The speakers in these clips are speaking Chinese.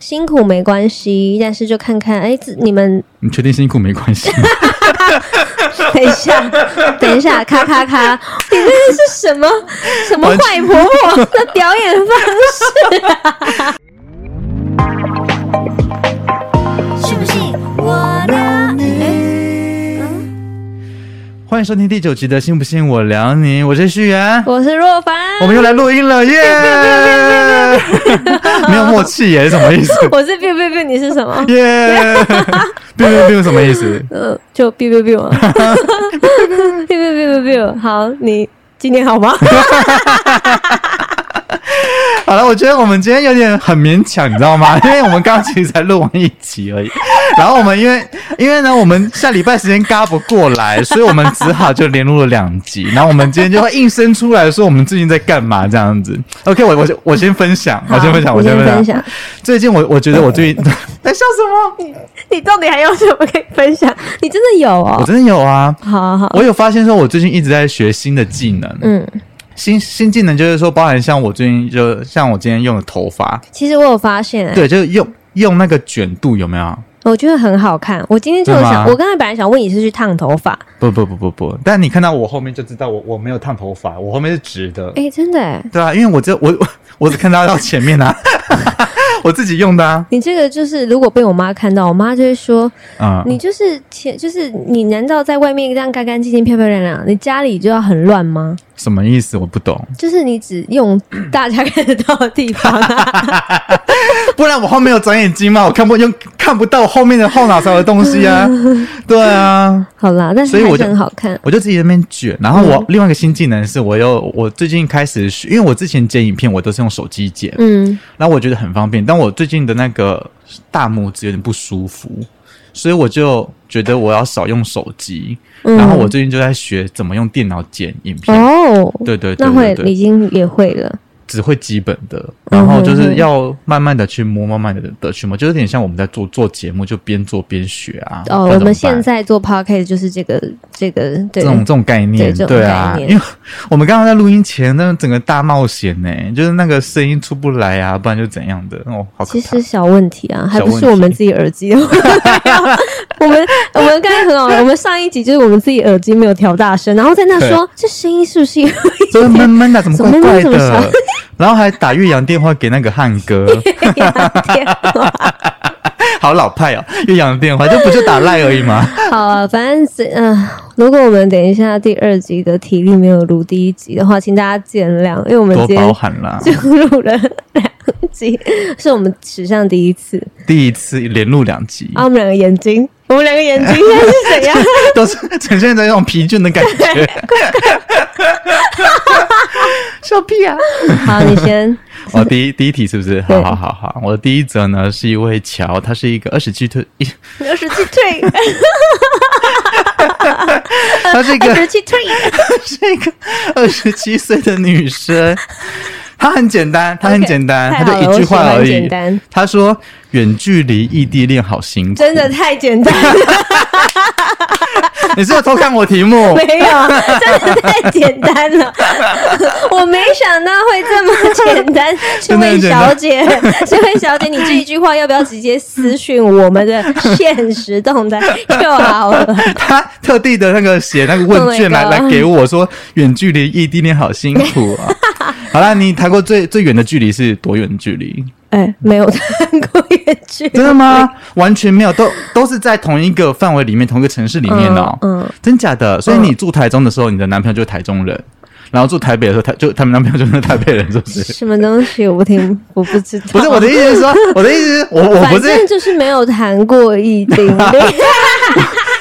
辛苦没关系，但是就看看，哎、自你们你确定辛苦没关系吗？等一 下，等一下，咔咔咔，你这个是什么什么坏婆婆的表演方式？信不信我的你？欢迎收听第九集的《信不信我聊你》，我是旭元，我是若凡，我们又来录音了耶！没有默契耶，是什么意思？我是 biu biu biu，你是什 么？耶！biu biu biu 什么意思？呃，就 biu biu biu 啊，biu biu biu biu biu。好，你今天好吗？好了，我觉得我们今天有点很勉强，你知道吗？因 为我们刚刚其实才录完一集而已，然后我们因为因为呢，我们下礼拜时间嘎不过来，所以我们只好就连录了两集。然后我们今天就会硬生出来说我们最近在干嘛这样子。OK，我我先我先分享，我先分享，好我你先分分享。享。最近我我觉得我最近 在笑什么？你到底还有什么可以分享？你真的有 我哦？真的有啊。好好好，我有发现说，我最近一直在学新的技能，嗯。新新技能就是说，包含像我最近就像我今天用的头发，其实我有发现、欸，对，就是用用那个卷度有没有？我觉得很好看。我今天就有真的想，吗我刚才本来想问你是去烫头发，不不不不不，但你看到我后面就知道我我没有烫头发，我后面是直的， 哎、真的、欸，对啊，因为我这我我我只看到到前面啊，我自己用的啊，你这个就是如果被我妈看到，我妈就会说嗯，你就是前，就是你难道在外面这样干干净净、漂漂亮亮，你家里就要很乱吗？什么意思？我不懂，就是你只用大家看得到的地方、 啊，不然我后面有长眼睛吗？我看不用看不到后面的后脑勺的东西啊，对啊。好啦，但所以是我还是就很好看。我就自己在那边卷。然后我、另外一个新技能是，我又我最近开始学，因为我之前剪影片我都是用手机剪，嗯，然后我觉得很方便，但我最近的那个大拇指有点不舒服。所以我就觉得我要少用手机，嗯然后我最近就在学怎么用电脑剪影片。哦，对对对那会对已对，经也会了。只会基本的，嗯然后就是要慢慢的去摸，慢慢的的去摸，就有点像我们在做做节目，就边做边学啊。哦，该我怎么们现办在做 podcast 就是这个这个对这种这种概对念，这种啊概，念因为我们刚刚在录音前，那整个大冒险呢、就是那个声音出不来啊，不然就怎样的哦，好其可怕实。小问题啊，还小不问是我们自己耳机 的问题啊。我们我们刚才很 好，我们上一集就是我们自己耳机没有调大声，然后在那说这声音是不是有怎么闷闷的，怎么怎么怪怪闷闷怎么的？然后还打岳阳电话给那个汉 哥，一点点？好老派哦！岳阳电话就不就打赖而已嘛。好啊，反正是嗯、如果我们等一下第二集的体力没有如第一集的话，请大家见谅，因为 我们多今包天涵啦！就录了两集，是我们史上第一次。第一次连录两集，啊，我们两个眼睛，我们两个眼睛现在是怎样？ 都是呈现在那种疲倦的感觉。笑屁啊！好，你先。哦，第一第一题是不是？对好好好好，我的第一则呢是一位乔，他是一个二十七岁，一二十七 退，她是一个二十七退。 是一个二十七岁的女生，她很简单，她很简单 OK，她太好就了一句话而我喜欢已简单。她说：“远距离异地恋好辛苦。”真的，太简单 了，你是不是偷看我题 目？没有，真的太简单 了。我没想到会这么简单，这真的位很简单小姐， 这位小姐，你这一句话要不要直接私讯我们的现实动 态就好了？她特地的那个写那个问卷来、 Oh my 来 God 给我说，远距离异地恋好辛苦啊。 好啦，你谈过最最远的距离是多远的距离？哎，没有看过远距离 真，的吗？完全没有，都都是在同一个范围里面，同一个城市里面哦。嗯嗯真假的？所以你住台中的时候，你的男朋友就是台中人；然后住台北的时候，他就他们男朋友就是台北人，是不是？什么东西我不听，我不知道。不是我的意思 是说，我的意思是我我不反是正就是没有谈过异地 恋。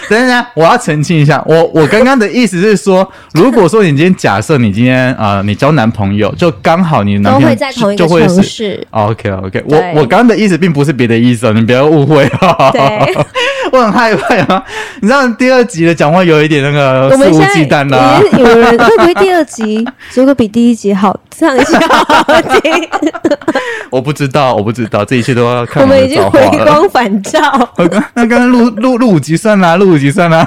等一下，我要澄清一下，我我刚刚的意思是说，如果说你今天假设你今天呃你交男朋友，就刚好你的男都朋友会在同一就个就会城是。市。 OK OK，我对我刚刚的意思并不是别的意思哦，你不要误会哦。对， 我很害怕啊！你知道第二集的讲话有一点那 个我肆们无忌现在惮啦、啊已，经有人会不会第二 集结果比第一集好上下好听？我不知道，我不知道，这一切都要看我们们已的经造化回了。光返照。我刚那刚刚录录录五集算啦，录五集算啦，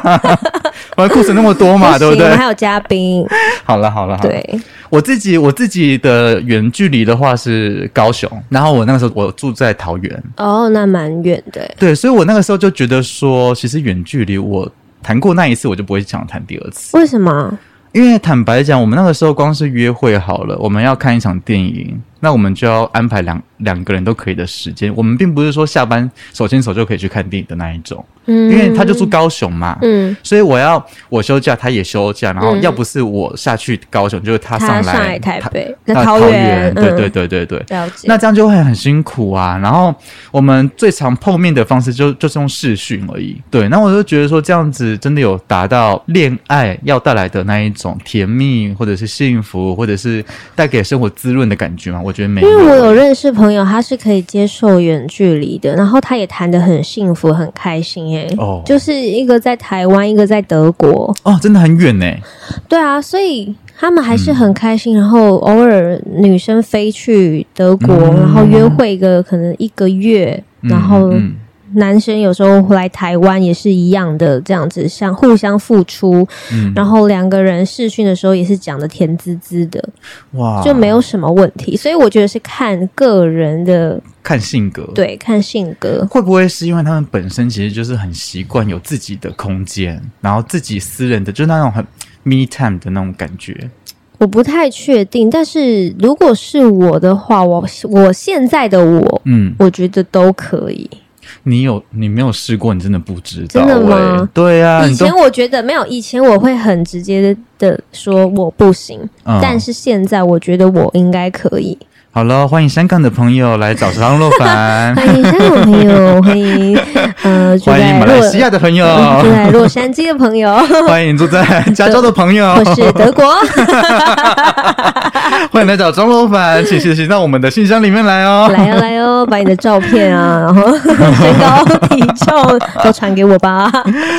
我们库存那么多嘛，对不不行我对们？还有嘉宾，好了好了，好了对，我自己我自己的远距离的话是高雄，然后我那个时候我住在桃园，哦，那蛮远的。对，所以我那个时候就觉得说，其实远距离我谈过那一次，我就不会想谈第二次。为什么？因为坦白讲，我们那个时候光是约会好了，我们要看一场电影，那我们就要安排两两个人都可以的时间。我们并不是说下班手牵手就可以去看电影的那一种，嗯，因为他就住高雄嘛，嗯，所以我要我休假，他也休假，然后嗯要不是我下去高雄，就是他他上上来来台他北，那那桃园，对嗯对对对对。了解。那这样就会很辛苦啊。然后我们最常碰面的方式就就是用视讯而已。对，那我就觉得说这样子真的有达到恋爱要带来的那一种甜蜜，或者是幸福，或者是带给生活滋润的感觉吗？我觉得没有。因为我有认识朋友，他是可以接受远距离的，然后他也谈得很幸福，很开心耶、哦就是一个在台湾，一个在德国，哦，真的很远呢、对啊，所以他们还是嗯很开心。然后偶尔女生飞去德国，嗯然后约会一个可能一个月，嗯然后嗯男生有时候回来台湾也是一样的，这样子像互相付出，嗯，然后两个人试训的时候也是讲的甜滋滋的，哇，就没有什么问题。所以我觉得是看个人的，看性格。。对，看性格。会不会是因为他们本身其实就是很习惯有自己的空间，然后自己私人的，就是那种很 me time 的那种感觉？我不太确定，但是如果是我的话，我我现在的我，嗯，我觉得都可以。你有你没有试过，你真的不知道、真欸。的吗对啊，以你都前我觉得没有，以前我会很直接的说我不行，嗯但是现在我觉得我应该可以。 好了，欢迎香港的朋友来找张若 ，凡欢迎香港朋友，欢迎呃住欢迎在马来西亚洛啊的 朋友，嗯住在洛杉矶的朋友，欢迎住在加州的 朋友， 或是德国。欢迎来找张若凡，请写信到我们的信箱里面来哦。 来哦来哦，把你的照片啊，然后身高体重都传给我吧。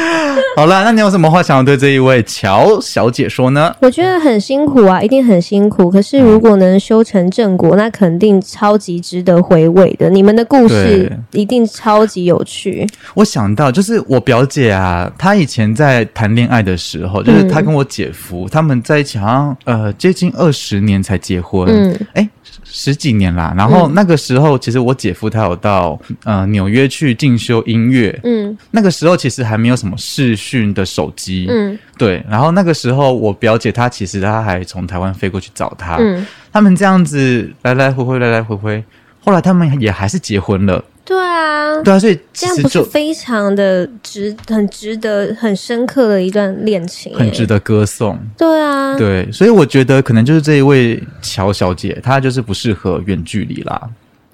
好了，那你有什么话想要对这一位乔小姐说呢？我觉得很辛苦啊，一定很辛苦。可是如果能修成正果，那肯定超级值得回味的。你们的故事一定超级有趣。我想到就是我表姐啊，她以前在谈恋爱的时候，就是她跟我姐夫、他们在一起，好像呃接近二十年才结婚，嗯哎、十几年啦。然后那个时候，其实我姐夫他有到呃纽约去进修音乐，嗯那个时候其实还没有什么视讯的手机，嗯对。然后那个时候我表姐她其实她还从台湾飞过去找他，嗯，他们这样子来来回回来来回回，后来他们也还是结婚了，对啊，对啊，所以这其样实不是就。非常的值，很值得、很深刻的一段恋情、很值得。得歌颂，对啊，对，所以我觉得可能就是这一位乔小姐，她就是不适合远距离啦。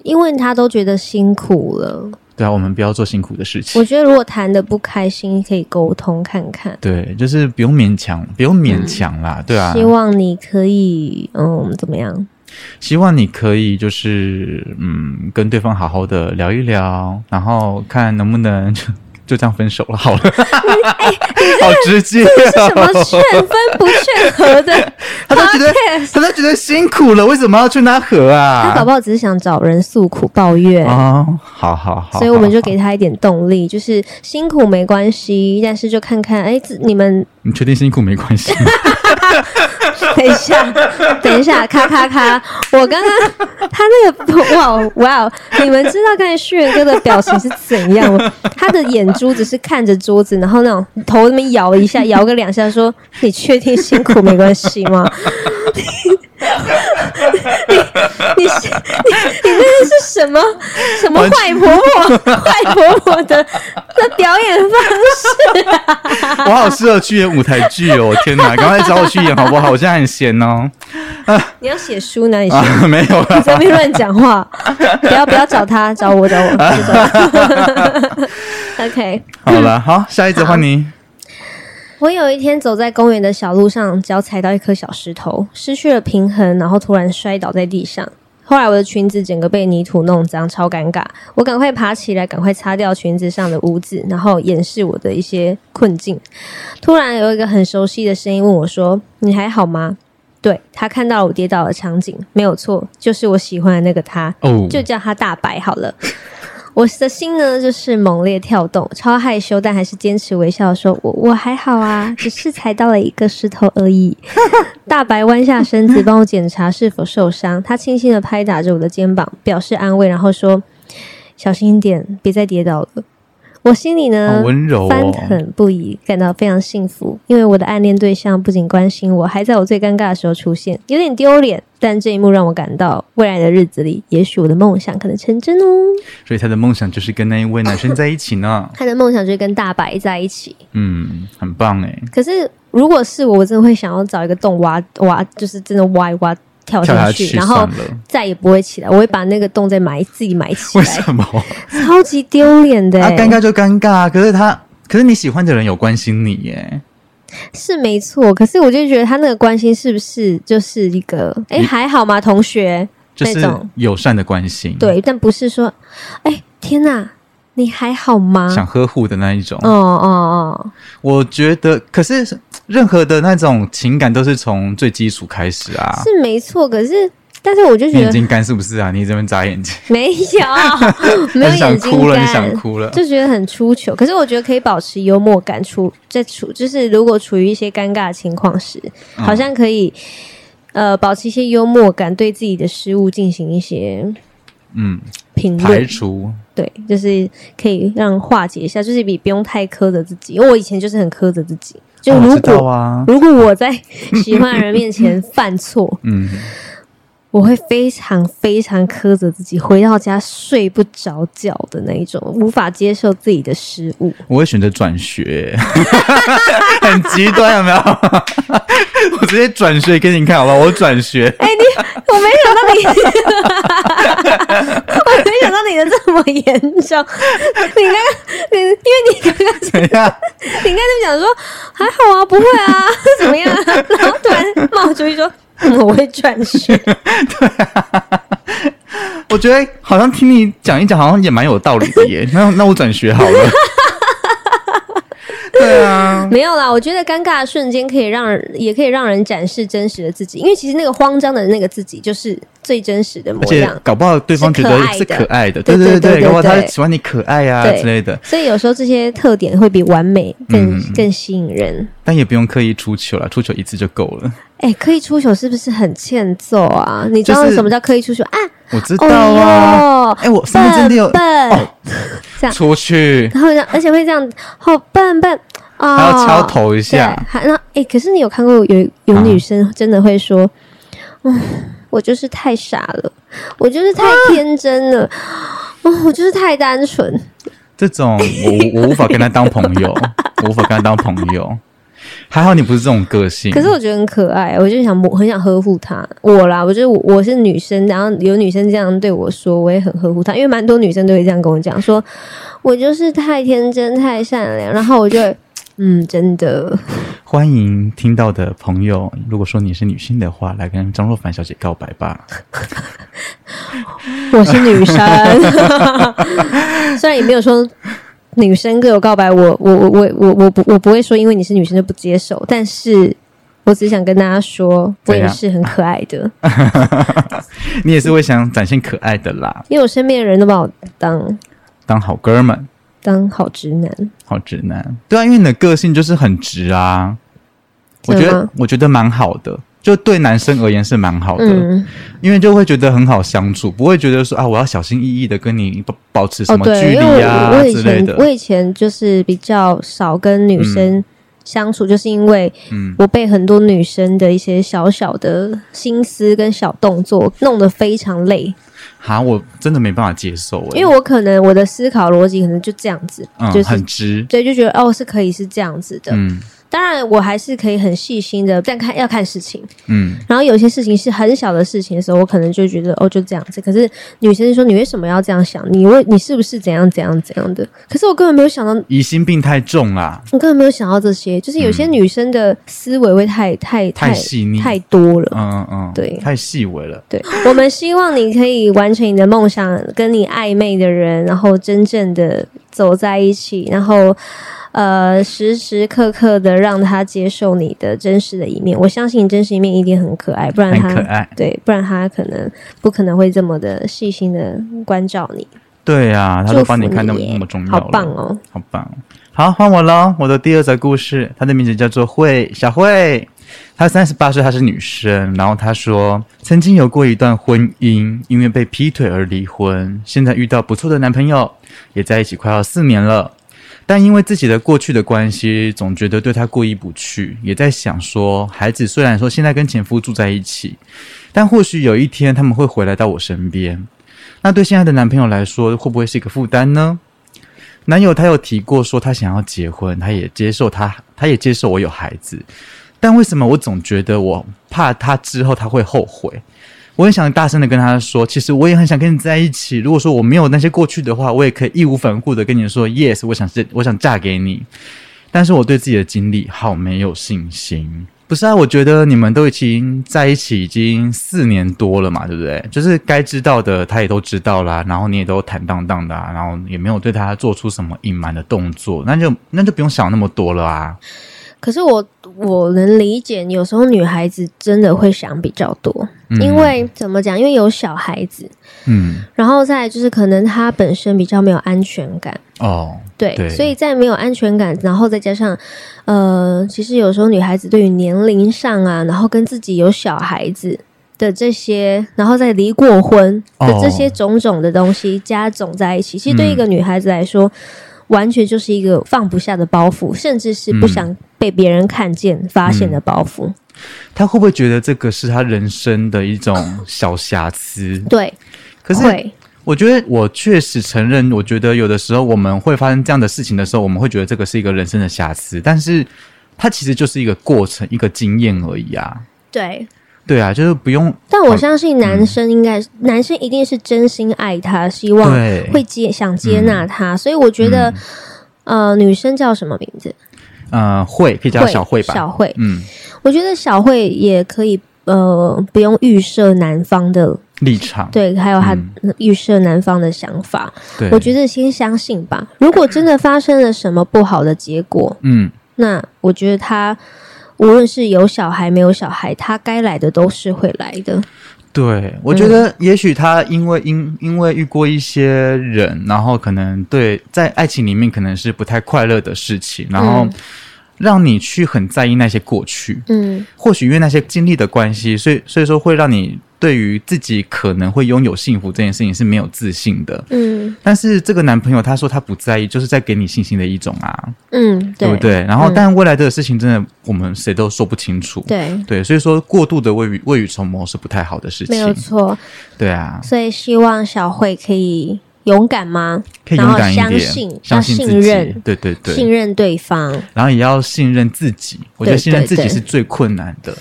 因为他都觉得辛苦了。对啊，我们不要做辛苦的事我情。觉得如果谈的不开心，可以沟通看看。对，就是不用勉强，不用勉强啦。对啊，嗯希望你可以，嗯，怎么 样？希望你可以就是嗯，跟对方好好的聊一聊，然后看能不能就 就这样分手 了。好了，哎好直接、什么哦，劝分不劝和的？ 他都觉得他都觉得辛苦了，为什么要去那和啊？他搞不好只是想找人诉苦抱怨。哦，好好好，所以我们就好给他一点动力，就是辛苦没关系，但是就看看，哎、自你们你确定辛苦没关系吗？ 等一下，等一下，咔咔咔！我刚刚他那个哇哇，你们知道刚才旭元哥的表情是怎样吗？他的眼珠子是看着桌子，然后那种头那边摇一下，摇个两下，说：“你确定辛苦没关系吗？” 你你你你你这是什么什么坏婆婆坏婆婆的的表演方式？ 我好适合去演舞台剧哦！天 哪，赶快找我去演好不好？我现在很闲哦。你要写书呢？你写啊，没有你啦。在那边乱讲话，不要不要找他，找我找我。就找我 OK，好了，好，下一则换你。我有一天走在公园的小路上，脚踩到一颗小石头，失去了平衡，然后突然摔倒在地上。后来我的裙子整个被泥土弄脏，超尴尬。我赶快爬起来，赶快擦掉裙子上的污渍，然后掩饰我的一些困境。突然有一个很熟悉的声音问我说：“你还好吗？”对他看到了我跌倒的场景，没有错，就是我喜欢的那个他。哦，就叫他大白好了。 我的心呢就是猛烈跳动，超害羞，但还是坚持微笑地说：“我我还好啊，只是踩到了一个石头而已。” 大白弯下身子帮我检查是否受伤，他轻轻的拍打着我的肩膀，表示安慰，然后说：“小心一点，别再跌倒了。”我心里呢好温柔哦翻腾不已，感到非常幸福，因为我的暗恋对象不仅关心我，还在我最尴尬的时候出现，有点丢脸。但这一幕让我感到，未来的日子里，也许我的梦想可能成真哦。所以他的梦想就是跟那一位男生在一起呢。他的梦想就是跟大白在一起。嗯，很棒哎，可是如果是我，我真的会想要找一个洞挖挖，就是真的挖一挖跳跳下下去，去然后算了。再也不会起来。我会把那个洞再埋自己埋起为来，什么？超级丢脸的、啊，欸。尴尬就尴尬，可是他，可是你喜欢的人有关心你耶。是没错，可是我就觉得他那个关心是不是就是一个哎、你还好吗，同学？就是那种友善的关心，，对，但不是说哎、天哪、你还好吗？想呵护的那一种。哦哦我觉得，可是任何的那种情感都是从最基础开始啊哦，。是没错，可是但是我就你觉 眼得睛干是不是啊？你这边眨眼睛，没 有，没有很想眼睛哭了，干你，想哭了。就觉得很出糗。可是我觉得可以保持幽默感处，在处就是如果处于一些尴尬的情况时，嗯好像可以呃保持一些幽默感，对自己的失误进行一些嗯，评排论，除对，就是可以让化解一下，就是比不用太苛责自己。因为我以前就是很苛责自己，就哦我如知道果、啊，如果我在喜欢的人面前犯错，嗯，我会非常非常苛责自己，回到家睡不着觉的那一种，无法接受自己的失误。我会选择转 学，很极端，有没有？ 我直接转学给你看，好吧？我转学， 我没想到你， 我没想到你的这么严重。你刚刚，你因为你刚刚， 怎样？你刚刚讲说还好啊，不会啊， 怎么样、啊？然后突然冒出一说。嗯我会转学，我觉得好像听你讲一讲，好像也蛮有道理的 耶。那那我转学好 了。对啊，没有啦。我觉得尴尬的瞬间可以让人，也可以让人展示真实的自己，因为其实那个慌张的那个自己就是最真实的模而且样。搞不好对方觉得是可爱的，是可爱的对对对对对对搞不好他对喜欢你可爱啊对之类的，所以有时候这些特点会比完美更、嗯更吸引人。但也不用刻意出糗了，出糗一次就够了。哎、刻意出糗是不是很欠揍啊？你知道就是什么叫刻意出糗啊？我知道啊，哦哎，我上面真的有笨笨哦这样出去然后这样，而且会这样，好笨笨哦，还要敲头一对下，还那哎，可是你有看过有有啊女生真的会说，嗯，我就是太傻了，我就是太天真了，啊哦，我就是太单纯。嗯这种 我无我无法跟他当朋友，我无法跟他当朋友。还好你不是这种个性，可是我觉得很可爱，我就想我很想呵护她。我啦，我就是我我是女生，然后有女生这样对我说，我也很呵护她，因为蛮多女生都会这样跟我讲，说我就是太天真、太善良，然后我就会嗯，真的。欢迎听到的朋友，如果说你是女性的话，来跟张若凡小姐告白吧。我是女 生，虽然也没有说女生各有告白，我我我我我我不我不会说因为你是女生就不接受，但是我只想跟大家说，我怎也样是很可爱的，啊你也是会想展现可爱的啦，因为我身边的人都把我当当好哥们、当好直男，好直男。对啊，因为你的个性就是很直啊，我真觉的得吗我觉得蛮好的，就对男生而言是蛮好的，嗯，因为就会觉得很好相处，不会觉得说啊我要小心翼翼的跟你保保持哦什么距对，因为离啊、我我以之类前我的。以前就是比较少跟女生相处，就是因为嗯，我被很多女生的一些小小的心思跟小动作弄得非常累，哈，我真的没办法接受、欸，因为我可能我的思考逻辑可能就这样子，嗯、就是很直，对，就觉得哦是可以是这样子的。嗯当然，我还是可以很细心的，但看要看事情。嗯，然后有些事情是很小的事情的时候，我可能就觉得哦就这样子。可是女生就说你为什么要这样想？你为你是不是怎样怎样怎样的？可是我根本没有想到，疑心病太重啦，我根本没有想到这些。就是有些女生的思维会太太嗯太细腻太多了。嗯嗯嗯，对太细微了。对，我们希望你可以完成你的梦想，跟你暧昧的人，然后真正的走在一起，然后呃，时时刻刻的让他接受你的真实的一面。我相信你真实一面一定很可爱，不然很他可爱对，不然他可能不可能会这么的细心的关照你。对呀、他都祝福帮你看那么耶那么重要好了，棒哦！好棒！好，换我喽。我的第二则故事，她的名字叫做慧小慧，她三十八岁，她是女生。然后她说，曾经有过一段婚姻，因为被劈腿而离婚，现在遇到不错的男朋友，也在一起快要四年了。但因为自己的过去的关系，总觉得对她过意不去，也在想说，孩子虽然说现在跟前夫住在一起，但或许有一天他们会回来到我身边。那对现在的男朋友来说，会不会是一个负担呢？男友他有提过说他想要结婚，他也接受他，他也接受我有孩子，但为什么我总觉得我怕他之后他会后悔？我很想大声的跟他说，其实我也很想跟你在一起。如果说我没有那些过去的话，我也可以义无反顾的跟你说，yes，我想是我想嫁给你。但是我对自己的经历好没有信心。不是啊，我觉得你们都已经在一起已经四年多了嘛，对不对？就是该知道的他也都知道啦，然后你也都坦荡荡的、啊，然后也没有对他做出什么隐瞒的动作，那就那就不用想那么多了啊。可是我我能理解，有时候女孩子真的会想比较多，嗯因为怎么讲？因为有小孩子，嗯，然后再来就是可能她本身比较没有安全感，哦，对，对所以在没有安全感，然后再加上呃，其实有时候女孩子对于年龄上啊，然后跟自己有小孩子。的这些，然后再离过婚的哦嗯这些种种的东西加总在一起，其实对一个女孩子来说，完全就是一个放不下的包袱，嗯甚至是不想被别人看见、发现的包袱。他会不会觉得这个是他人生的一种小瑕疵？对，可是会我觉得我确实承认，我觉得有的时候我们会发生这样的事情的时候，我们会觉得这个是一个人生的瑕疵，但是它其实就是一个过程、一个经验而已啊。对，对啊，就是不用但我好相信男生应该，男生一定是真心爱她，希望对嗯会接想接纳她，所以我觉得，呃，女生叫什么名字？呃会可以嗯叫 小慧吧，小慧，嗯，我觉得小慧也可以，呃，不用预设男方的立场。对，还有她预设男方的想法，嗯对，我觉得先相信吧。如果真的发生了什么不好的结果，嗯，那我觉得她无论是有小孩没有小孩，她该来的都是会来的。对，我觉得也许他因为因因为遇过一些人，然后可能对在爱情里面可能是不太快乐的事情，然后嗯让你去很在意那些过去，嗯或许因为那些经历的关系，所以所以说会让你对于自己可能会拥有幸福这件事情是没有自信的。嗯但是这个男朋友他说他不在意，就是在给你信心的一种啊，嗯，对不对？然后，嗯但未来的事情真的我们谁都说不清楚。对，对，所以说过度的未雨未雨绸缪是不太好的事没有情。错。对啊，所以希望小慧可以勇敢吗？可以勇敢一然后点，相信相信要自信己任，对对信对，任对方。然后也要信任自己。我觉对得信任对自己对是最困难的，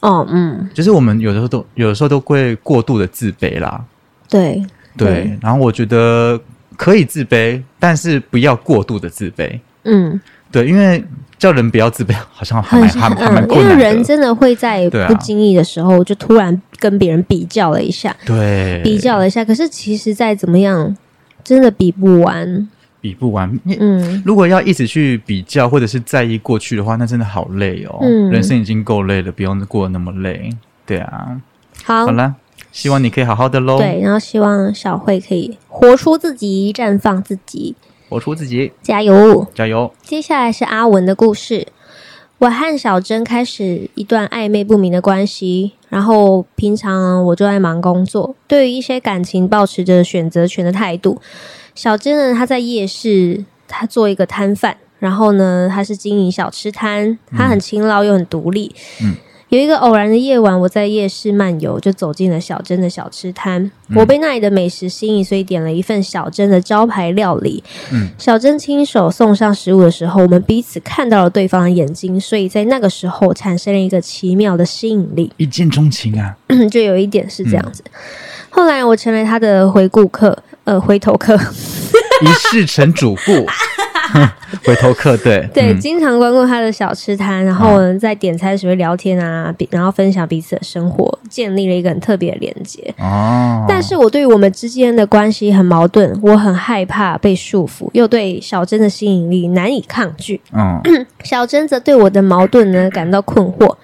哦，嗯，就是我们有的时候都有的时候都会过度的自卑啦。对对，，然后我觉得可以自卑，但是不要过度的自卑。嗯，对，因为叫人不要自卑，好像还很蛮还蛮还蛮嗯，因困为难人的。真的会在对啊不经意的时候就突然跟别人比较了一下，对，比较了一下。可是其实再怎么样，真的比不完。比不完。你嗯，如果要一直去比较或者是在意过去的话，那真的好累哦。嗯人生已经够累了，不用过得那么累。对啊，好好。啦，希望你可以好好的喽，对，然后希望小慧可以活出自己，绽放自己，活出自己，加油！加油！接下来是阿文的故事。我和小珍开始一段暧昧不明的关系，然后平常我就在忙工作，对于一些感情保持着选择权的态度。小珍呢，她在夜市，她做一个摊贩，然后呢，她是经营小吃摊，她很勤劳又很独立。嗯有一个偶然的夜晚，我在夜市漫游，就走进了小珍的小吃摊。我被那里的美食吸引，所以点了一份小珍的招牌料理。小珍亲手送上食物的时候，我们彼此看到了对方的眼睛，所以在那个时候产生了一个奇妙的吸引力， 一见钟情啊！ 就有一点是这样子。后来我成了他的回顾客，呃，回头客，一世成主顾，回头客对 对，嗯经常光顾他的小吃摊，然后我们在点餐时会聊天啊，比然后分享彼此的生活，建立了一个很特别的连接。哦，但是我对于我们之间的关系很矛盾，我很害怕被束缚，又对小珍的吸引力难以抗拒。嗯小珍则对我的矛盾呢感到困惑，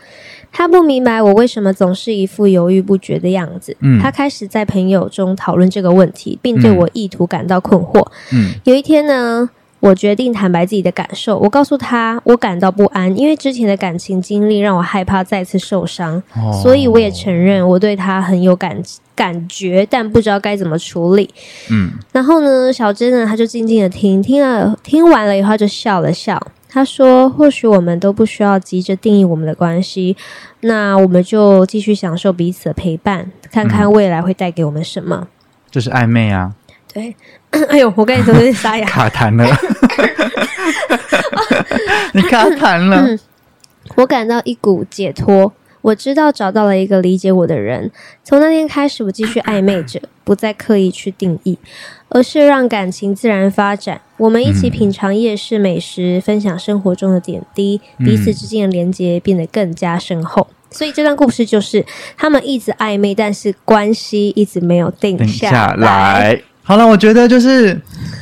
他不明白我为什么总是一副犹豫不决的样子。嗯他开始在朋友中讨论这个问题，并对嗯我意图感到困惑。嗯有一天呢，我决定坦白自己的感受。我告诉他，我感到不安，因为之前的感情经历让我害怕再次受伤，哦 所以我也承认我对他很有感感觉，但不知道该怎么处理。嗯然后呢，小珍呢，她就静静的听，听了听完了以后，她就笑了笑。她说：“或许我们都不需要急着定义我们的关系，那我们就继续享受彼此的陪伴，看看未来会带给我们什么。就是暧昧 啊，对， 哎呦，我跟你说，有点沙哑。卡 痰了，你卡痰嗯了，我感到一股解脱。我知道找到了一个理解我的人。从那天开始，我继续暧昧 着，不再刻意去定义，而是让感情自然发展。我们一起品尝夜市美食，分享生活中的点滴，嗯彼此之间的连接变得更加深厚。所以这段故事就是他们一直暧昧，但是关系一直没有定等下下。来。好了，我觉得就是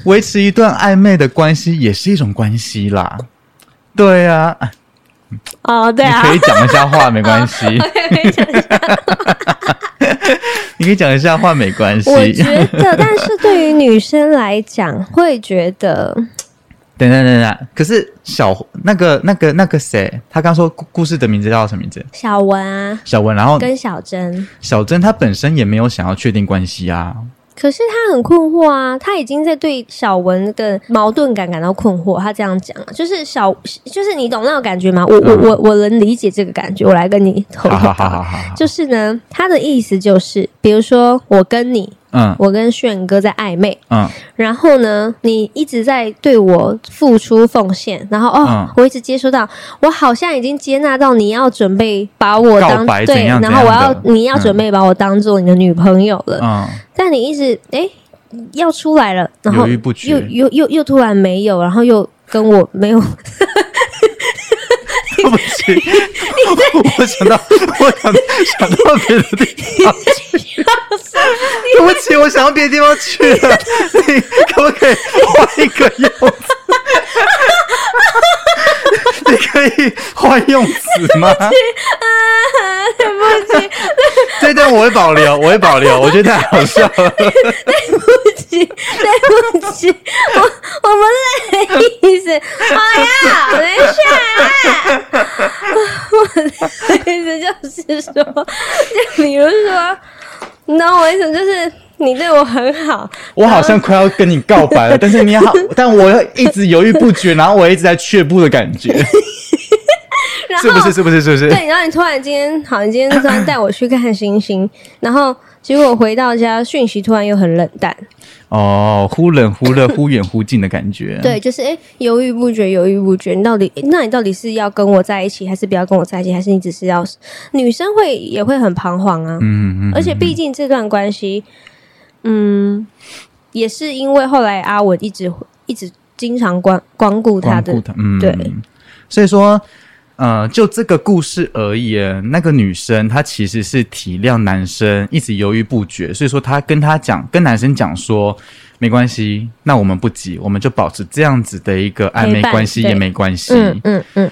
维持一段暧昧的关系也是一种关系啦。对啊，哦，对啊你可，以讲一下话没 关系， 你可以讲一下话没关系。我觉得，但是对于女生来讲，会觉得等等等等，可是小那个那个那个谁，他刚说故故事的名字叫什么名字？小文啊小文，然 后跟小珍，小珍她本身也没有想要确定关系啊，可是他很困惑啊，他已经在对小文的矛盾感感到困惑。他这样讲啊，就是小，就是你懂那种感觉吗？我我嗯我我能理解这个感觉，我来跟你投好一好好好投。好，好就是呢，他的意思就是，比如说我跟你，嗯我跟炫哥在暧昧，嗯然后呢，你一直在对我付出奉献，然后哦，嗯我一直接收到，我好像已经接纳到你要准备把我当告白对，怎样然后我怎样要的你要准备把我当做你的女朋友了，嗯，但你一直哎要出来了，然后犹豫不决又又又又突然没有，然后又跟我没有， 对不 起，我想到我想想到别的地方去，对不起，我想到别的地方去了，你可不可以换一个用词？你可以换用词吗？对不起，这段我会保留，我会保留，我觉得太好笑了。对不起，我我不是那个意思。哎呀，等一下，我的意思就是说，就比如说，你懂我意思，就是你对我很好，我好像快要跟你告白了，但是你好，但我一直犹豫不决，然后我一直在却步的感觉，然后是不是？是不是？是不是？对，然后你突然今天好，你今天突然带我去看星 星，然后结果回到家讯息突然又很冷淡，哦，忽冷忽热，忽远忽近的感觉。对，就是哎犹、豫不决，犹豫不决，你到底诶那你到底是要跟我在一起，还是不要跟我在一起，还是你只是要女生会也会很彷徨啊，嗯，嗯嗯，而且毕竟这段关系，嗯，也是因为后来阿文一直一直经常光光顾他光的顾他，嗯，对。所以说，呃，就这个故事而言，那个女生她其实是体谅男生一直犹豫不决，所以说她跟他讲，跟男生讲说。没关系，那我们不急，我们就保持这样子的一个暧昧陪伴关系对也没关系。嗯嗯嗯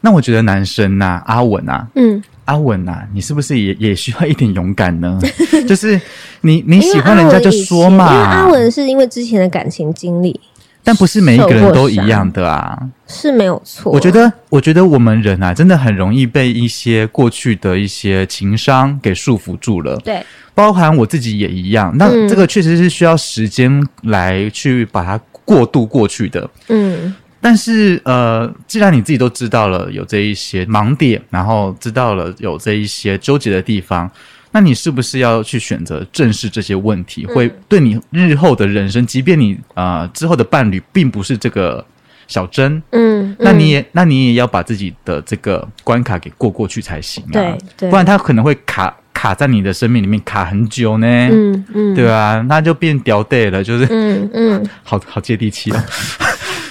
那我觉得男生呐、阿文啊，嗯，阿文呐、你是不是也也需要一点勇敢 呢？就是你你你喜欢人家就说嘛，因为阿文是因为之前的感情经历但不是每一个人都一样的啊。是没有错，我觉得，我觉得我们人啊，真的很容易被一些过去的一些情伤给束缚住了，对，包含我自己也一样。那嗯这个确实是需要时间来去把它过渡过去的。嗯但是呃，既然你自己都知道了有这一些盲点，然后知道了有这一些纠结的地方，那你是不是要去选择正视这些问题，会对你日后的人生，即便你呃之后的伴侣并不是这个小珍，嗯，那你也也那你也要把自己的这个关卡给过过去才行啊，对对不然他可能会卡卡在你的生命里面卡很久呢，嗯嗯对啊，那就变屌 day 了，就是嗯嗯好好接地气哦。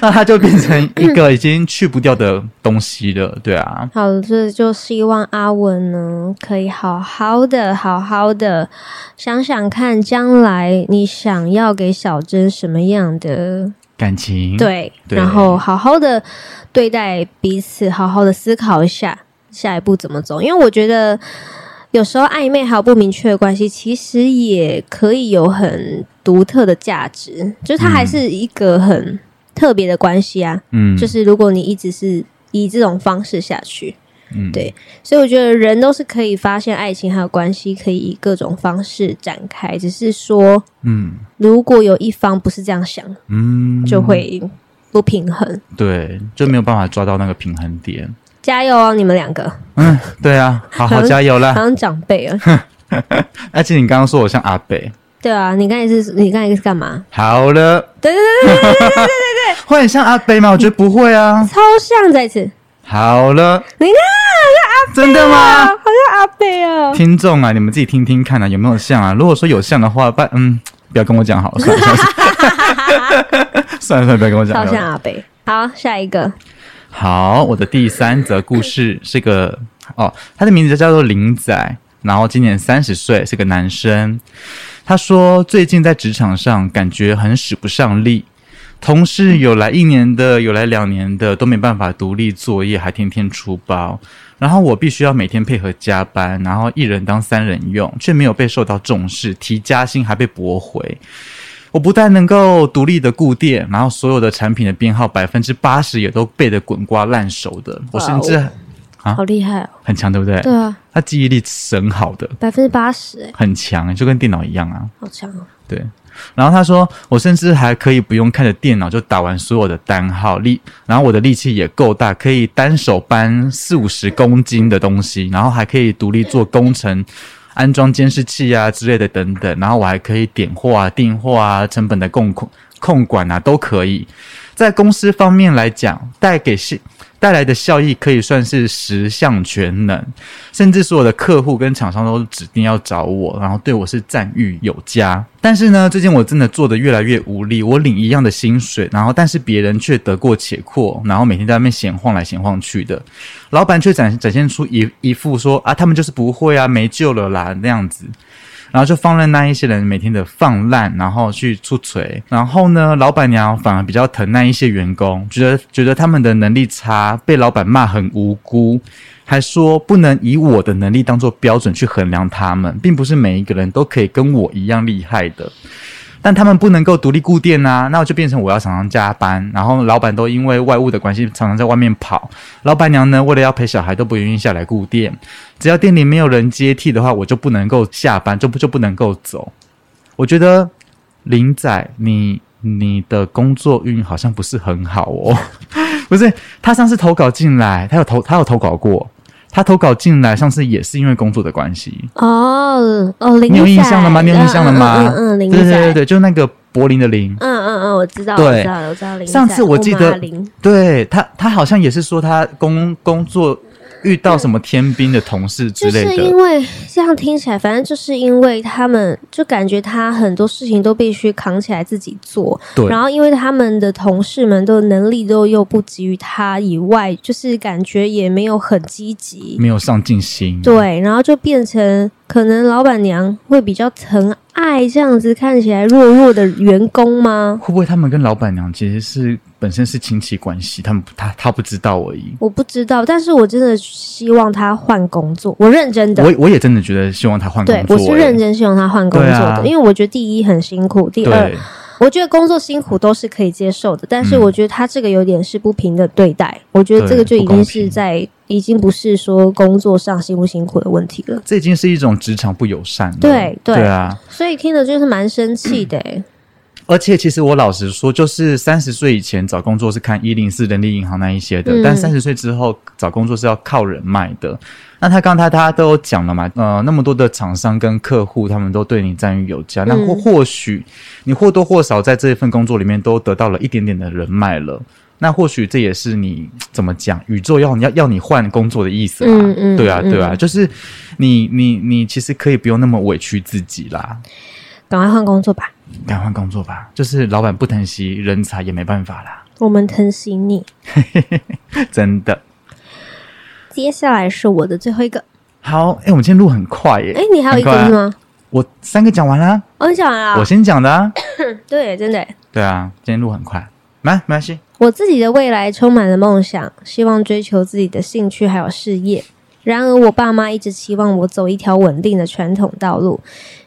那它就变成一个已经去不掉的东西了，对啊，好了，这就希望阿文呢可以好好的、好好的想想看，将来你想要给小珍什么样的感情，对，嗯对然后好好的对待彼此，好好的思考一下。下一步怎么走，因为我觉得有时候暧昧还有不明确的关系，其实也可以有很独特的价值，就是它还是一个很特别的关系啊。嗯，就是如果你一直是以这种方式下去，嗯对所以我觉得人都是可以发现爱情还有关系可以以各种方式展开，只是说嗯如果有一方不是这样想，嗯，就会不平衡。对，就没有办法抓到那个平衡点。加油哦，你们两个，对啊，好好好加油好啦！像长辈 啊。而且你刚刚说我像阿北，对啊，你刚才是，你刚才是干嘛？好了，对对对对，会很像阿北吗？我觉得不会啊。 超像再一次，好了，你看真的啊，吗？好像阿贝啊。听众啊，你们自己听听看啊，有没有像啊？如果说有像的话，拜嗯，不要跟我讲好了，算了算了 算了，算了，不要跟我讲超好像了。阿贝。好，下一个，好，我的第三则故事是个哦，他的名字叫做林仔，然后今年三十岁，是个男生。他说最近在职场上感觉很使不上力，同事有来一年的，有来两年的，都没办法独立作业，还天天出包。然后我必须要每天配合加班，然后一人当三人用，却没有被受到重视，提加薪还被驳回。我不但能够独立的固店，然后所有的产品的编号百分之八十也都背得滚瓜烂熟的。我甚至啊好厉害哦。很强，对不对？对啊，他记忆力神好的，百分之八十，哎，很强，就跟电脑一样啊。好强哦。对。然后他说，我甚至还可以不用看着电脑就打完所有的单号力，然后我的力气也够大，可以单手搬四五十公斤的东西，然后还可以独立做工程。安装监视器啊之类的等等，然后我还可以点货啊、订货啊、成本的控控控管啊都可以。在公司方面来讲，带给系带来的效益可以算是十项全能，甚至所有的客户跟厂商都指定要找我，然后对我是赞誉有加。但是呢，最近我真的做的越来越无力，我领一样的薪水，然后但是别人却得过且过，然后每天在那边闲晃来闲晃去的，老板却展展现出一一副说啊，他们就是不会啊，没救了啦那样子。然后就放任那一些人每天的放烂，然后去出锤。然后呢，老板娘反而比较疼那一些员工，觉得觉得他们的能力差，被老板骂很无辜，还说不能以我的能力当做标准去衡量他们，并不是每一个人都可以跟我一样厉害的。但他们不能够独立固店啊，那我就变成我要常常加班，然后老板都因为外务的关系常常在外面跑，老板娘呢为了要陪小孩都不愿意下来顾店，只要店里没有人接替的话，我就不能够下班，就不就不能够走。我觉得林仔，你你的工作运好像不是很好哦。 不是，他上次投稿进来，他有投他有投稿过，他投稿进来上次也是因为工作的关系，哦哦，林你有印仔象了吗？你有印象了吗？嗯嗯嗯嗯，林对对对仔，对，就那个柏林的林，嗯嗯嗯，我知道，对我知道，我知道林仔。上次我记得马林，对他他好像也是说他工工作遇到什么天兵的同事之就是类的，因为这样听起来，反正就是因为他们就感觉他很多事情都必须扛起来自己做，对然后因为他们的同事们都能力都又不及于他以外，就是感觉也没有很积极，没有上进心，对，然后就变成可能老板娘会比较疼爱这样子看起来弱弱的员工吗？会不会他们跟老板娘其实是本身是亲戚关系？他们不他他不知道而已。我不知道，但是我真的希望他换工作，我认真的。我我也真的觉得希望他换对工，作、我欸。是认真希望他换工作的，对啊因为我觉得第一很辛苦，第二对，我觉得工作辛苦都是可以接受的，但是嗯我觉得他这个有点是不平的对待，我觉得这个就对已不公经平是在已经不是说工作上辛不辛苦的问题了，这已经是一种职场不友善了。对对对啊！所以听着就是蛮生气 的、欸。而且其实我老实说，就是三十岁以前找工作是看一零四人力银行那一些的，嗯但三十岁之后找工作是要靠人脉的。那他刚才大家都有讲了嘛，呃，那么多的厂商跟客户，他们都对你赞誉有加，那或嗯或许你或多或少在这一份工作里面都得到了一点点的人脉了。那或许这也是你怎么讲，宇宙要你要要你换工作的意思啦，嗯嗯对啊嗯对啊，就是你你你其实可以不用那么委屈自己啦，赶快换工作吧，赶换工作吧，就是老板不疼惜人才也没办法啦，我们疼惜你。真的。接下来是我的最后一个，好，哎、我们今天录很快耶、哎、你还有一个是很快啊？吗？我三个讲完啦，哦，你讲完了我啊，先讲的啊。对，真的欸、对啊，今天录很快，来，没关系。我自己的未来充满了梦想，希望追求自己的兴趣还有事业。然而，我爸妈一直期望我走一条稳定的传统道路，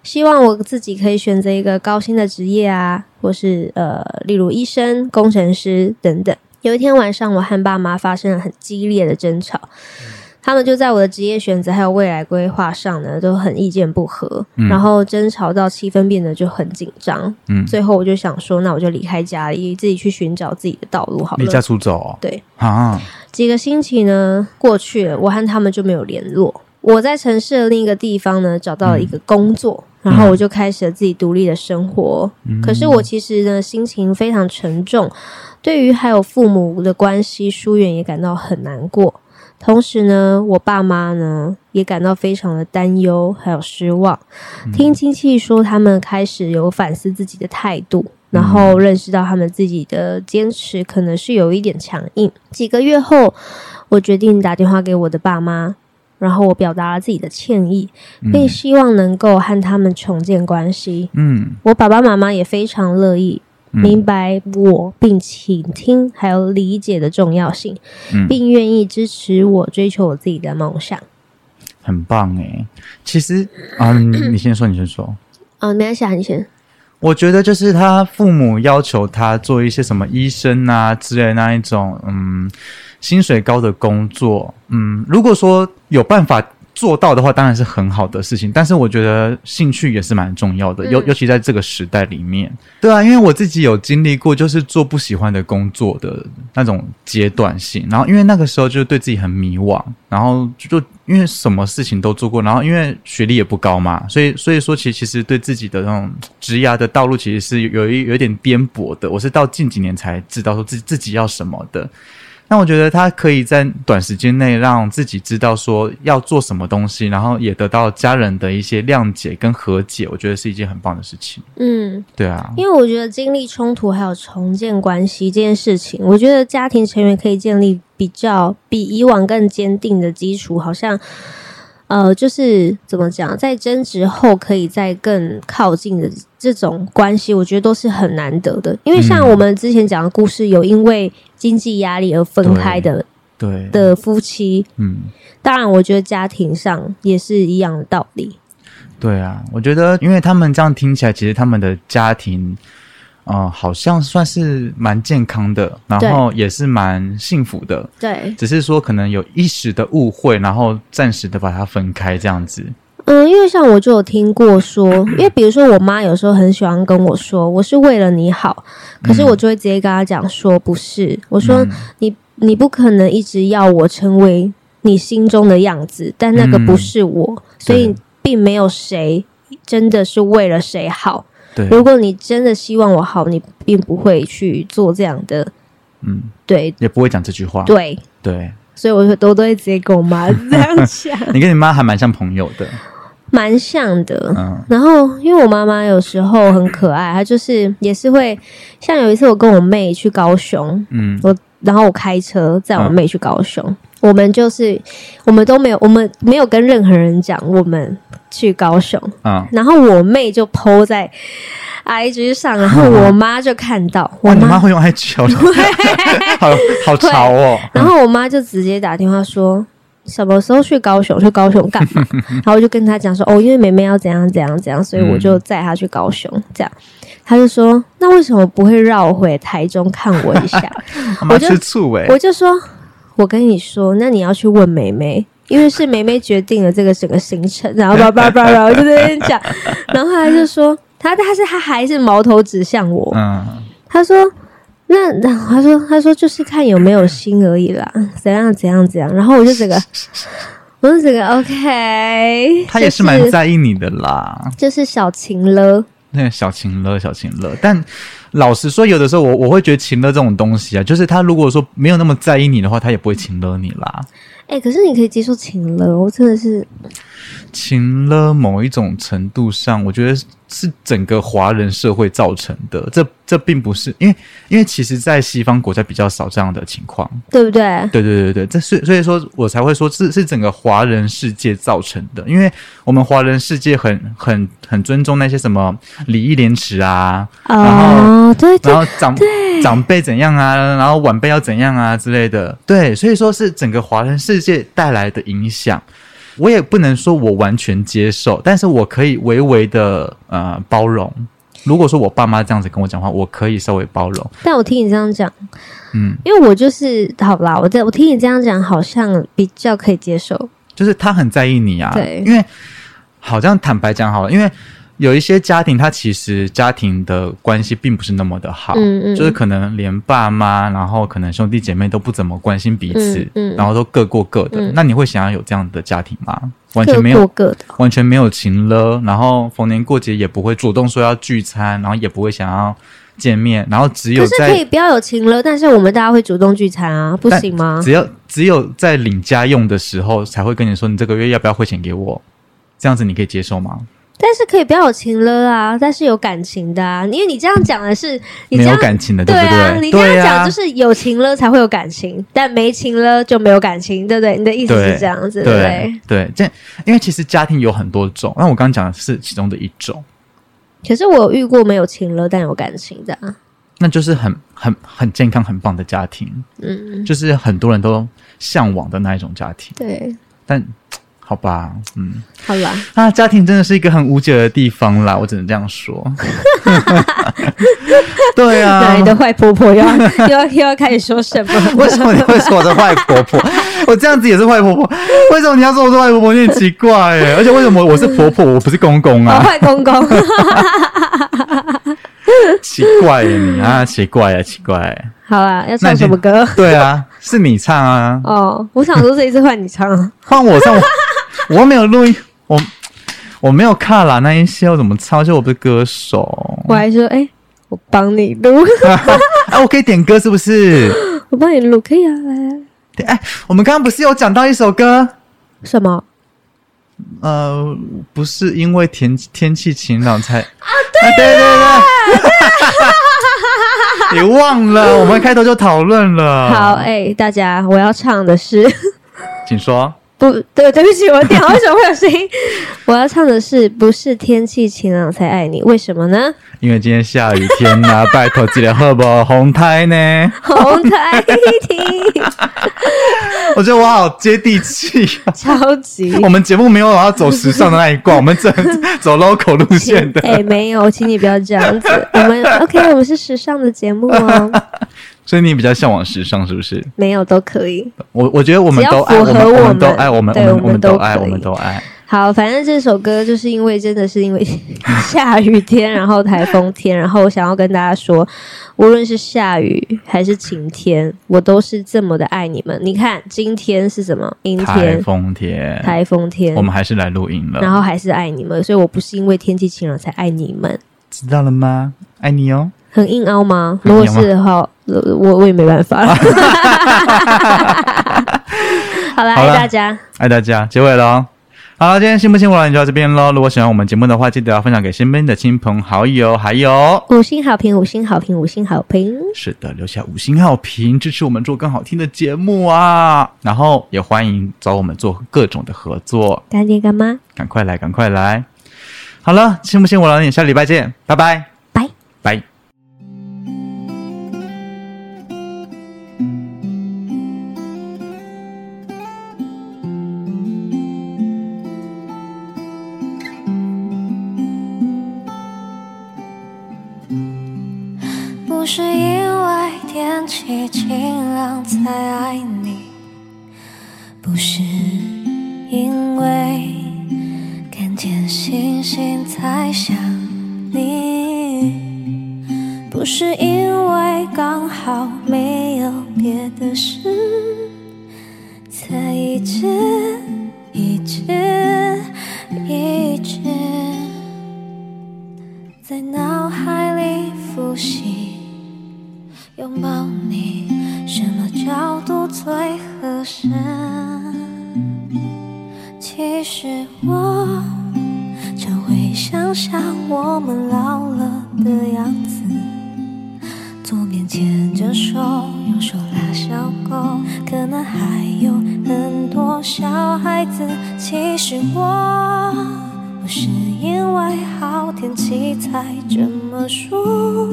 希望我自己可以选择一个高薪的职业啊，或是呃，例如医生、工程师等等。有一天晚上，我和爸妈发生了很激烈的争吵，嗯他们就在我的职业选择还有未来规划上呢，都很意见不合，嗯然后争吵到气氛变得就很紧张。嗯，最后，我就想说，那我就离开家里，自己去寻找自己的道路好离了。家出走哦对，啊，几个星期呢过去了，我和他们就没有联络。我在城市的另一个地方呢找到了一个工作，然后我就开始了自己独立的生活。可是我其实呢心情非常沉重，对于还有父母的关系疏远也感到很难过。同时呢，我爸妈呢也感到非常的担忧，还有失望。听亲戚说，他们开始有反思自己的态度，然嗯后认识到他们自己的坚持可能是有一点强硬。几个月后，我决定打电话给我的爸妈，然后我表达了自己的歉意，并希望能够和他们重建关系。嗯我爸爸妈妈也非常乐意明嗯白我并倾听还有理解的重要性，嗯，并愿意支持我追求我自己的梦想。很棒哎。其实啊，你你先说，你先说。嗯，没关系啊，你先。我觉得就是他父母要求他做一些什么医生啊之类的那一种，嗯，薪水高的工作，嗯，如果说有办法做到的话，当然是很好的事情。但是我觉得兴趣也是蛮重要的，尤、嗯尤其在这个时代里面，对啊，因为我自己有经历过，就是做不喜欢的工作的那种阶段性，然后因为那个时候就对自己很迷惘，然后就就因为什么事情都做过，然后因为学历也不高嘛，所以所以说其实其实对自己的那种职涯的道路其实是有一有一点颠簸的。我是到近几年才知道说自自己要什么的。那我觉得他可以在短时间内让自己知道说要做什么东西，然后也得到家人的一些谅解跟和解，我觉得是一件很棒的事情。嗯，对啊，因为我觉得经历冲突还有重建关系这件事情，我觉得家庭成员可以建立比较比以往更坚定的基础，好像。呃，就是怎么讲，在争执后可以再更靠近的这种关系，我觉得都是很难得的。因为像嗯我们之前讲的故事，有因为经济压力而分开的对，的夫妻，嗯。当然，我觉得家庭上也是一样的道理。对啊，我觉得，因为他们这样听起来，其实他们的家庭，呃，好像算是蛮健康的，然后也是蛮幸福的，对，只是说可能有一时的误会，然后暂时的把它分开这样子。嗯，因为像我就有听过说，因为比如说我妈有时候很喜欢跟我说，我是为了你好，可是我就会直接跟她讲说不是，我说、嗯你你不可能一直要我成为你心中的样子，但那个不是我，所以嗯对并没有谁真的是为了谁好。对，如果你真的希望我好，你并不会去做这样的，嗯，对也不会讲这句话。对，对，所以我就都都会直接跟我妈这样讲， 你跟你妈还蛮像朋友的，蛮像的，嗯然后，因为我妈妈有时候很可爱，她就是也是会，像有一次我跟我妹去高雄，嗯我然后我开车载我妹去高雄，我们就是我们都没有，我们没有跟任何人讲我们去高雄，嗯。然后我妹就 PO 在 IG 上，然后我妈就看到，我哇，啊你妈 妈会用 IG 哦，好好潮哦。然后我妈就直接打电话说。什么时候去高雄？去高雄干嘛？然后我就跟她讲说，哦，因为妹妹要怎样怎样怎样，所以我就载她去高雄。这样，她就说，那为什么不会绕回台中看我一下？她妈我就吃醋哎、我就说，我跟你说，那你要去问妹妹，因为是妹妹决定了这个整个行程。然后叭叭叭叭，我就在那边讲， 然后她就说，她但是她还是矛头指向我。嗯，他说：“那那他说他说就是看有没有心而已啦，怎样怎样怎样。”然后我就 整个，我就整个 OK，她也是就蛮在意你的啦。就是小情了。那个小情乐，小情乐。但老实说，有的时候我我会觉得情乐这种东西啊，就是他如果说没有那么在意你的话，他也不会情乐你啦。哎、可是你可以接受情了，我真的是情乐某一种程度上，我觉得是整个华人社会造成的。这这并不是因为因为其实，在西方国家比较少这样的情况。对不对？对对对对，这所以所以说我才会说是是整个华人世界造成的，因为我们华人世界很很很尊重那些什么礼义廉耻啊，然后哦，对对然后长长辈怎样啊，然后晚辈要怎样啊之类的。对，所以说是整个华人世界带来的影响。我也不能说我完全接受，但是我可以微微的呃包容。如果说我爸妈这样子跟我讲话，我可以稍微包容。但我听你这样讲，嗯，因为我就是好啦，我这我听你这样讲，好像比较可以接受。就是他很在意你啊。对因为好像坦白讲好了，因为有一些家庭，他其实家庭的关系并不是那么的好，嗯嗯就是可能连爸妈，然后可能兄弟姐妹都不怎么关心彼此，嗯嗯然后都各过各的。嗯那你会想要有这样的家庭吗？完各全没过有。各的，完全没有情了，然后逢年过节也不会主动说要聚餐，然后也不会想要见面，然后只有可是在可以不要有情了，但是我们大家会主动聚餐啊，不但行吗？只有只有在领家用的时候才会跟你说，你这个月要不要汇钱给我？这样子你可以接受吗？但是可以不要有情了啊，但是有感情的啊，因为你这样讲的是你没这有样。感情的，对不啊，对？你这样啊讲就是有情了才会有感情，但没情了就没有感情，对不对？你的意思对是这样子，对不对对，这因为其实家庭有很多种，那我刚刚讲的是其中的一种，可是我有遇过没有情了但有感情的、啊，那就是很很很健康、很棒的家庭，嗯，就是很多人都向往的那一种家庭。对，但好吧，嗯，好啦，啊，家庭真的是一个很无解的地方啦，我只能这样说。 对啊，对，你的坏婆婆又要又要又要开始说什么？ 为什么你会说我是坏婆婆？我这样子也是坏婆婆？为什么你要说我是坏婆婆？你很奇怪哎！而且为什么我是婆婆，我不是公公好啊？坏公 公，奇怪耶你啊，奇怪啊，奇怪耶！好啦，要那唱你什么歌？对啊，是你唱啊，哦，我想说这一次换你唱啊，换我唱，我 我没有录音，我我没有卡啦那一些，我怎么唱？而且我不是歌手，我还说，哎、我帮你 录，啊，我可以点歌是不是？我帮你录，可以啊，来啊，哎，我们刚刚不是有讲到一首歌？什么？呃，不是因为天天气晴朗才啊，对对对 对，你忘了，我们开头就讨论了。好，，哎、大家，我要唱的是 请说。不对，对不起，我电话为什么会有声音？我要唱的是不是天气晴朗才爱你？为什么呢？因为今天下雨天呐、拜托记得喝不红胎 呢。红台亭，我觉得我好接地气、啊。超级。我们节目没有要走时尚的那一挂，我们走 走 local 路线 的。哎、没有，请你不要这样子。我们 OK，我们是时尚的节目哦，所以你比较向往时尚是不是？没有都可以。我我觉得我们只要都爱，符我合们我们都们爱，我们对我我们们们都都爱，可我们以都爱。好，反正这首歌就是因为真的是因为 下雨天，然后台风天，然后想要跟大家说，无论是下雨还是晴天，我都是这么的爱你们。你看今天是什么？阴台天，风天，台风天我，们还是来录音了。然后还是爱你们，所以我不是因为天气晴朗才爱你们。知道了吗？爱你哦。很硬凹吗？很如果硬凹是的话，呃我我也没办 法了。好啦，好爱啦大家，爱大家，结尾喽。好了，今天辛不辛苦了，你就到这边喽。如果喜欢我们节目的话，记得要分享给身边的亲朋好友，还有五星好评，五星好评，五星好评。是的，留下五星好评，支持我们做更好听的节目啊。然后也欢迎找我们做各种的合作，干爹干妈，赶快来，赶快来。好了，辛不辛苦了，你下礼拜见，拜拜，拜。拜。不是因为天气晴朗才爱你，不是因为看见星星才想你，不是因为刚好没有别的事，才一直一直一直。在脑海里复习，拥抱你，什么角度最合适？其实我常会想象我们老了的样子，左边牵着手，右手拉小狗，可能还有很多小孩子。其实我不是因为好天气才这么说，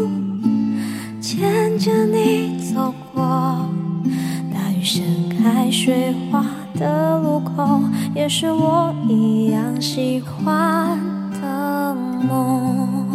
其牵着你走过大雨盛开水花的路口，也是我一样喜欢的梦。